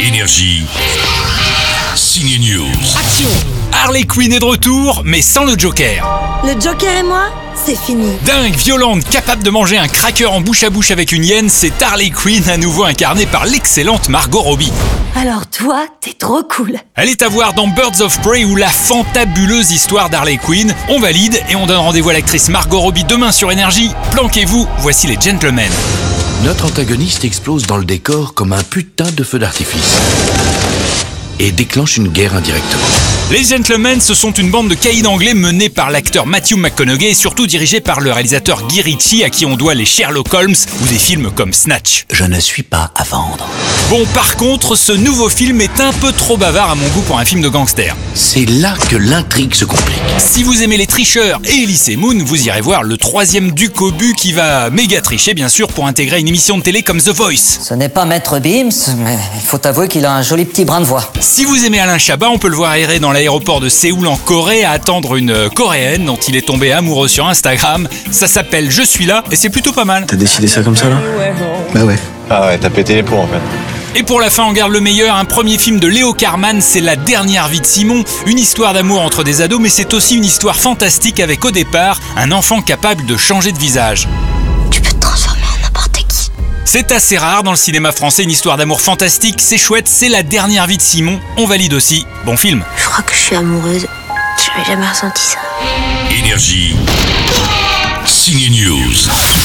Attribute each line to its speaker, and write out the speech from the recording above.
Speaker 1: Énergie. Signe News.
Speaker 2: Action Harley Quinn est de retour, mais sans le Joker.
Speaker 3: Le Joker et moi, c'est fini.
Speaker 2: Dingue, violente, capable de manger un cracker en bouche à bouche avec une hyène, c'est Harley Quinn à nouveau incarnée par l'excellente Margot Robbie.
Speaker 3: Alors toi, t'es trop cool.
Speaker 2: Elle est à voir dans Birds of Prey ou la fantabuleuse histoire d'Harley Quinn. On valide et on donne rendez-vous à l'actrice Margot Robbie demain sur Énergie. Planquez-vous, voici les gentlemen.
Speaker 4: Notre antagoniste explose dans le décor comme un putain de feu d'artifice et déclenche une guerre indirectement.
Speaker 2: Les Gentlemen, ce sont une bande de caïds anglais menée par l'acteur Matthew McConaughey et surtout dirigée par le réalisateur Guy Ritchie à qui on doit les Sherlock Holmes ou des films comme Snatch.
Speaker 4: Je ne suis pas à vendre.
Speaker 2: Bon, par contre, ce nouveau film est un peu trop bavard à mon goût pour un film de gangster.
Speaker 4: C'est là que l'intrigue se complique.
Speaker 2: Si vous aimez les tricheurs et Elise et Moon, vous irez voir le troisième duc au but qui va méga tricher bien sûr pour intégrer une émission de télé comme The Voice.
Speaker 5: Ce n'est pas Maître Bims, mais il faut avouer qu'il a un joli petit brin de voix.
Speaker 2: Si vous aimez Alain Chabat, on peut le voir errer dans l'aéroport de Séoul en Corée à attendre une euh, coréenne dont il est tombé amoureux sur Instagram. Ça s'appelle Je suis là et c'est plutôt pas mal.
Speaker 6: T'as décidé ça comme ça là Bah ouais.
Speaker 7: Ah ouais, t'as pété les plombs en fait.
Speaker 2: Et pour la fin, on garde le meilleur, un premier film de Léo Carman, c'est La dernière vie de Simon, une histoire d'amour entre des ados, mais c'est aussi une histoire fantastique avec au départ un enfant capable de changer de visage.
Speaker 8: Tu peux te transformer en n'importe qui.
Speaker 2: C'est assez rare dans le cinéma français, une histoire d'amour fantastique, c'est chouette, c'est La dernière vie de Simon, on valide aussi, bon film.
Speaker 8: Je crois que je suis amoureuse. J'avais jamais ressenti ça.
Speaker 1: Énergie. Signe News.